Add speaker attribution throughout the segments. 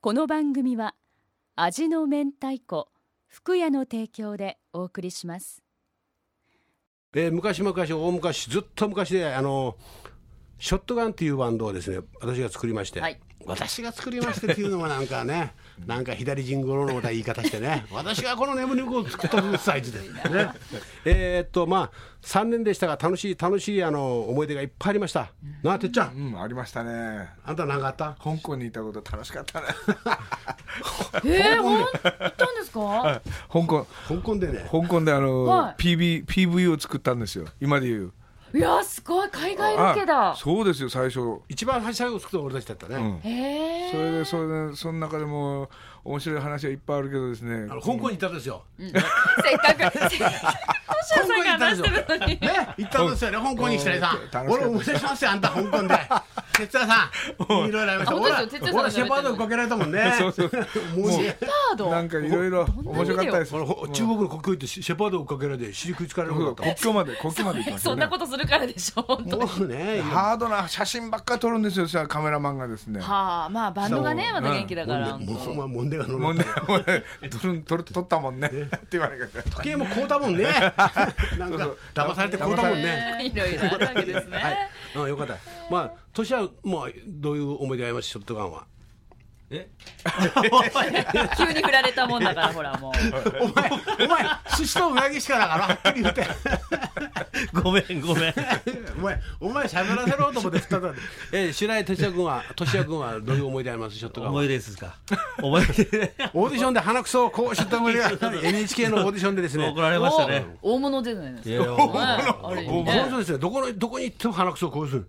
Speaker 1: この番組は味の明太子福屋の提供でお送りします
Speaker 2: えー昔昔大昔ずっと昔であのショットガンっていうバンドをですね私が作りまして、
Speaker 1: はい
Speaker 2: 私が作りましてっていうのもなんかね なんか左ジングロのまた言い方してね私がこの眠り子を作ったんですあいつでねえーっとまあ3年でしたが楽しい楽しいあの思い出がいっぱいありましたなあてっちゃん
Speaker 3: うん、ありましたね。
Speaker 2: あんた何かあった
Speaker 3: 香港にいたこと楽しかったね。
Speaker 1: えー、ほん行ったんですか、
Speaker 3: 香港、
Speaker 2: 香港でね
Speaker 3: 香港であの、
Speaker 1: はい
Speaker 3: PV、PV を作ったんですよ。今で言う。
Speaker 1: い、やすごい海外ロケ
Speaker 3: あ
Speaker 1: だ
Speaker 3: そうですよ、最初。
Speaker 2: 一番最初に作ったの俺たちだったね、
Speaker 3: うん
Speaker 1: へえ
Speaker 3: それで、それで、その中でも、面白い話はいっぱいあるけどですね
Speaker 2: あ。の香港に行ったんですよ、
Speaker 1: せっかくせっかく
Speaker 2: 香
Speaker 1: トシヤさんが話してるの
Speaker 2: ね、
Speaker 1: に
Speaker 2: 行ったんですよね、香港に来てねさ
Speaker 3: う、ん
Speaker 2: 俺思い出しますよ、あんた香 港で。哲也さん、いろいろありました。
Speaker 1: あ
Speaker 2: ほら
Speaker 1: 本当ですよ哲也さん
Speaker 2: ほらシェパード追っかけられたもん ね。
Speaker 3: そうそう。
Speaker 2: もう
Speaker 3: もう
Speaker 2: ね
Speaker 1: カード
Speaker 3: なんかいろいろ
Speaker 1: んな
Speaker 3: 面白かったです。
Speaker 2: ほらほ中国の国境行ってシェシェパード追っかけられて、尻食いつかれる
Speaker 3: そ
Speaker 2: こ
Speaker 3: う
Speaker 2: とだ
Speaker 3: 国
Speaker 2: っ
Speaker 3: 境まで、 国境まで行きました
Speaker 1: そ
Speaker 3: よ
Speaker 1: ん
Speaker 3: ね
Speaker 1: な。ことするからでしょ本
Speaker 2: た。
Speaker 1: 当に
Speaker 2: もうね、
Speaker 3: ハードな写真ばっかり撮るんですよ、さカメラマンがですね。
Speaker 1: は あまあバンドがね
Speaker 3: そう
Speaker 1: また元気だか
Speaker 2: も
Speaker 1: ら
Speaker 2: うまあもんでが乗
Speaker 3: もう
Speaker 2: る
Speaker 3: ね、もうね、撮る、撮る、撮ったもんね。って言われるから。
Speaker 2: 時計も買うた もんね。なん
Speaker 3: そう
Speaker 2: か
Speaker 3: そう
Speaker 2: 騙されて買うたもんね。
Speaker 1: ねいろいろあるわけですね、
Speaker 2: はい、うん、よかった。まあ、年は、もう、どういう思い出があります、ショットガンは。
Speaker 1: 急に振られたもんだからほらもう
Speaker 2: お前、お前、寿司とうなぎしかだから、はっきり言って。
Speaker 4: ごめんごめん
Speaker 2: お前、お前喋らせろと思って振ったんだ。 えー、白井哲也君は、哲也君はどういう思い出あります、ショットガン
Speaker 4: 思
Speaker 2: は。
Speaker 4: い出ですか思い
Speaker 2: オ
Speaker 4: 出
Speaker 2: ーディションで鼻くそをこうしょった思い 出が NHK のオーディションでですね。
Speaker 4: 怒られましたね
Speaker 1: お大物出ないですか
Speaker 4: いやいや
Speaker 1: ねある意味
Speaker 2: もう
Speaker 1: ね
Speaker 2: 本当ですね。どこのどこに行っても鼻くそをこうする。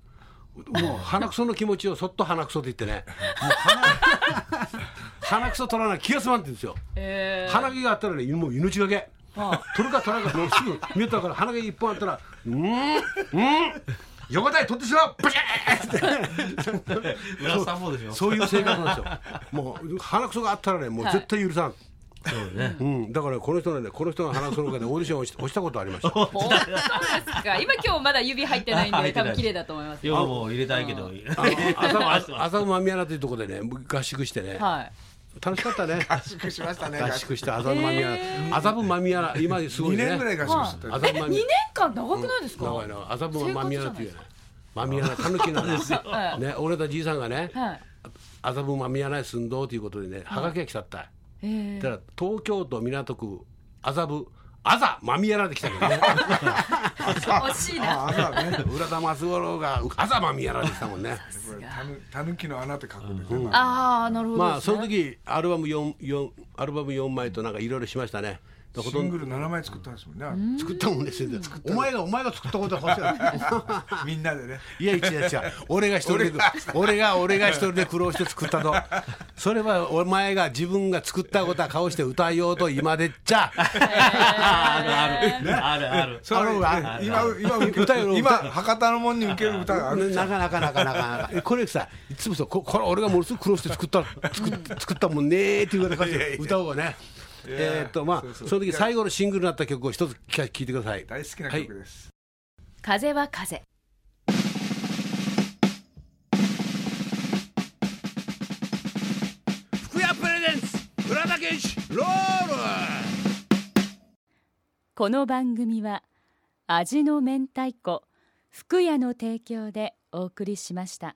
Speaker 2: もう鼻くその気持ちをそっと鼻くそと言ってね。もう 鼻鼻くそ取らない気が済まんって言うんですよ。
Speaker 1: え
Speaker 2: 鼻毛があったらねもう命がけ。取るか取らないかもうすぐ見えたから鼻毛一本あった ら、うーんうーん。横たえ取ってしまうブシャーって
Speaker 4: 浦さんもでしょ
Speaker 2: そういう性格なんですよもう鼻くそがあったらねもう絶対許さん、
Speaker 4: そうね
Speaker 2: うん、だからこの人のねこの人の鼻くその中でオーディションをし 押したことありました
Speaker 1: ー本当ですか今今日まだ指入ってないん
Speaker 4: 入
Speaker 1: で
Speaker 4: って
Speaker 1: 多
Speaker 4: ない
Speaker 1: 分綺麗だと思います
Speaker 4: 量も入れたいけど
Speaker 2: あの浅間浅間宮というところでね合宿してね、
Speaker 1: はい
Speaker 2: 楽しかった ね
Speaker 3: 合宿しましたね。
Speaker 2: 合宿して浅間宮麻布間宮今すご
Speaker 3: 2
Speaker 2: いね
Speaker 3: 年ぐらい合宿してた。
Speaker 2: 麻
Speaker 1: え
Speaker 2: 布
Speaker 1: 二
Speaker 2: 間
Speaker 1: 年
Speaker 2: 宮
Speaker 1: 間長くないですか
Speaker 2: 長いな麻布間宮っていうね間宮なたぬきな
Speaker 1: はい
Speaker 2: ね俺たちじいさんがね
Speaker 1: はい
Speaker 2: 麻布間宮内住んどうということでねはがきが来たった
Speaker 1: えー
Speaker 2: だから東京都港区麻布麻間宮なで来たけどね
Speaker 1: 惜しいな
Speaker 3: あ朝ね。
Speaker 2: 浦田松五郎が麻間宮なで来たもん ね
Speaker 3: これたぬたぬきの穴って書くんですよ。
Speaker 1: ああなるほど
Speaker 2: まあ
Speaker 1: です
Speaker 2: そ
Speaker 1: ね
Speaker 2: の時アルバム四四アルバム四枚となんかいろいろしましたねほと
Speaker 3: シン
Speaker 2: んど
Speaker 3: グル7枚作ったんですもんね。
Speaker 2: 作ったもんですよお前がお前が作ったことは欲し
Speaker 3: みんなでね。
Speaker 2: いいや一や違う俺が一人で俺が俺が一人で苦労して作ったとそれはお前が自分が作ったことは顔して歌いようと今でっちゃ
Speaker 4: あるあるあるある
Speaker 3: それ
Speaker 2: あ
Speaker 3: 今今
Speaker 2: 歌よ
Speaker 3: 今
Speaker 2: 歌
Speaker 3: 博多の門に受ける歌があるんですよ。
Speaker 2: なかなかなかなかなかこれさいつもさここれ俺がものすごく苦労して作った作っ作ったもんねーっていうような感じで歌おうねえーっとまあその時最後のシングルになった曲を一つ聴いてください
Speaker 3: 大好きな
Speaker 2: はい
Speaker 3: 曲です。
Speaker 1: 風は風
Speaker 2: 福屋プレゼンツ浦田健志ロール
Speaker 1: この番組は味の明太子福屋の提供でお送りしました。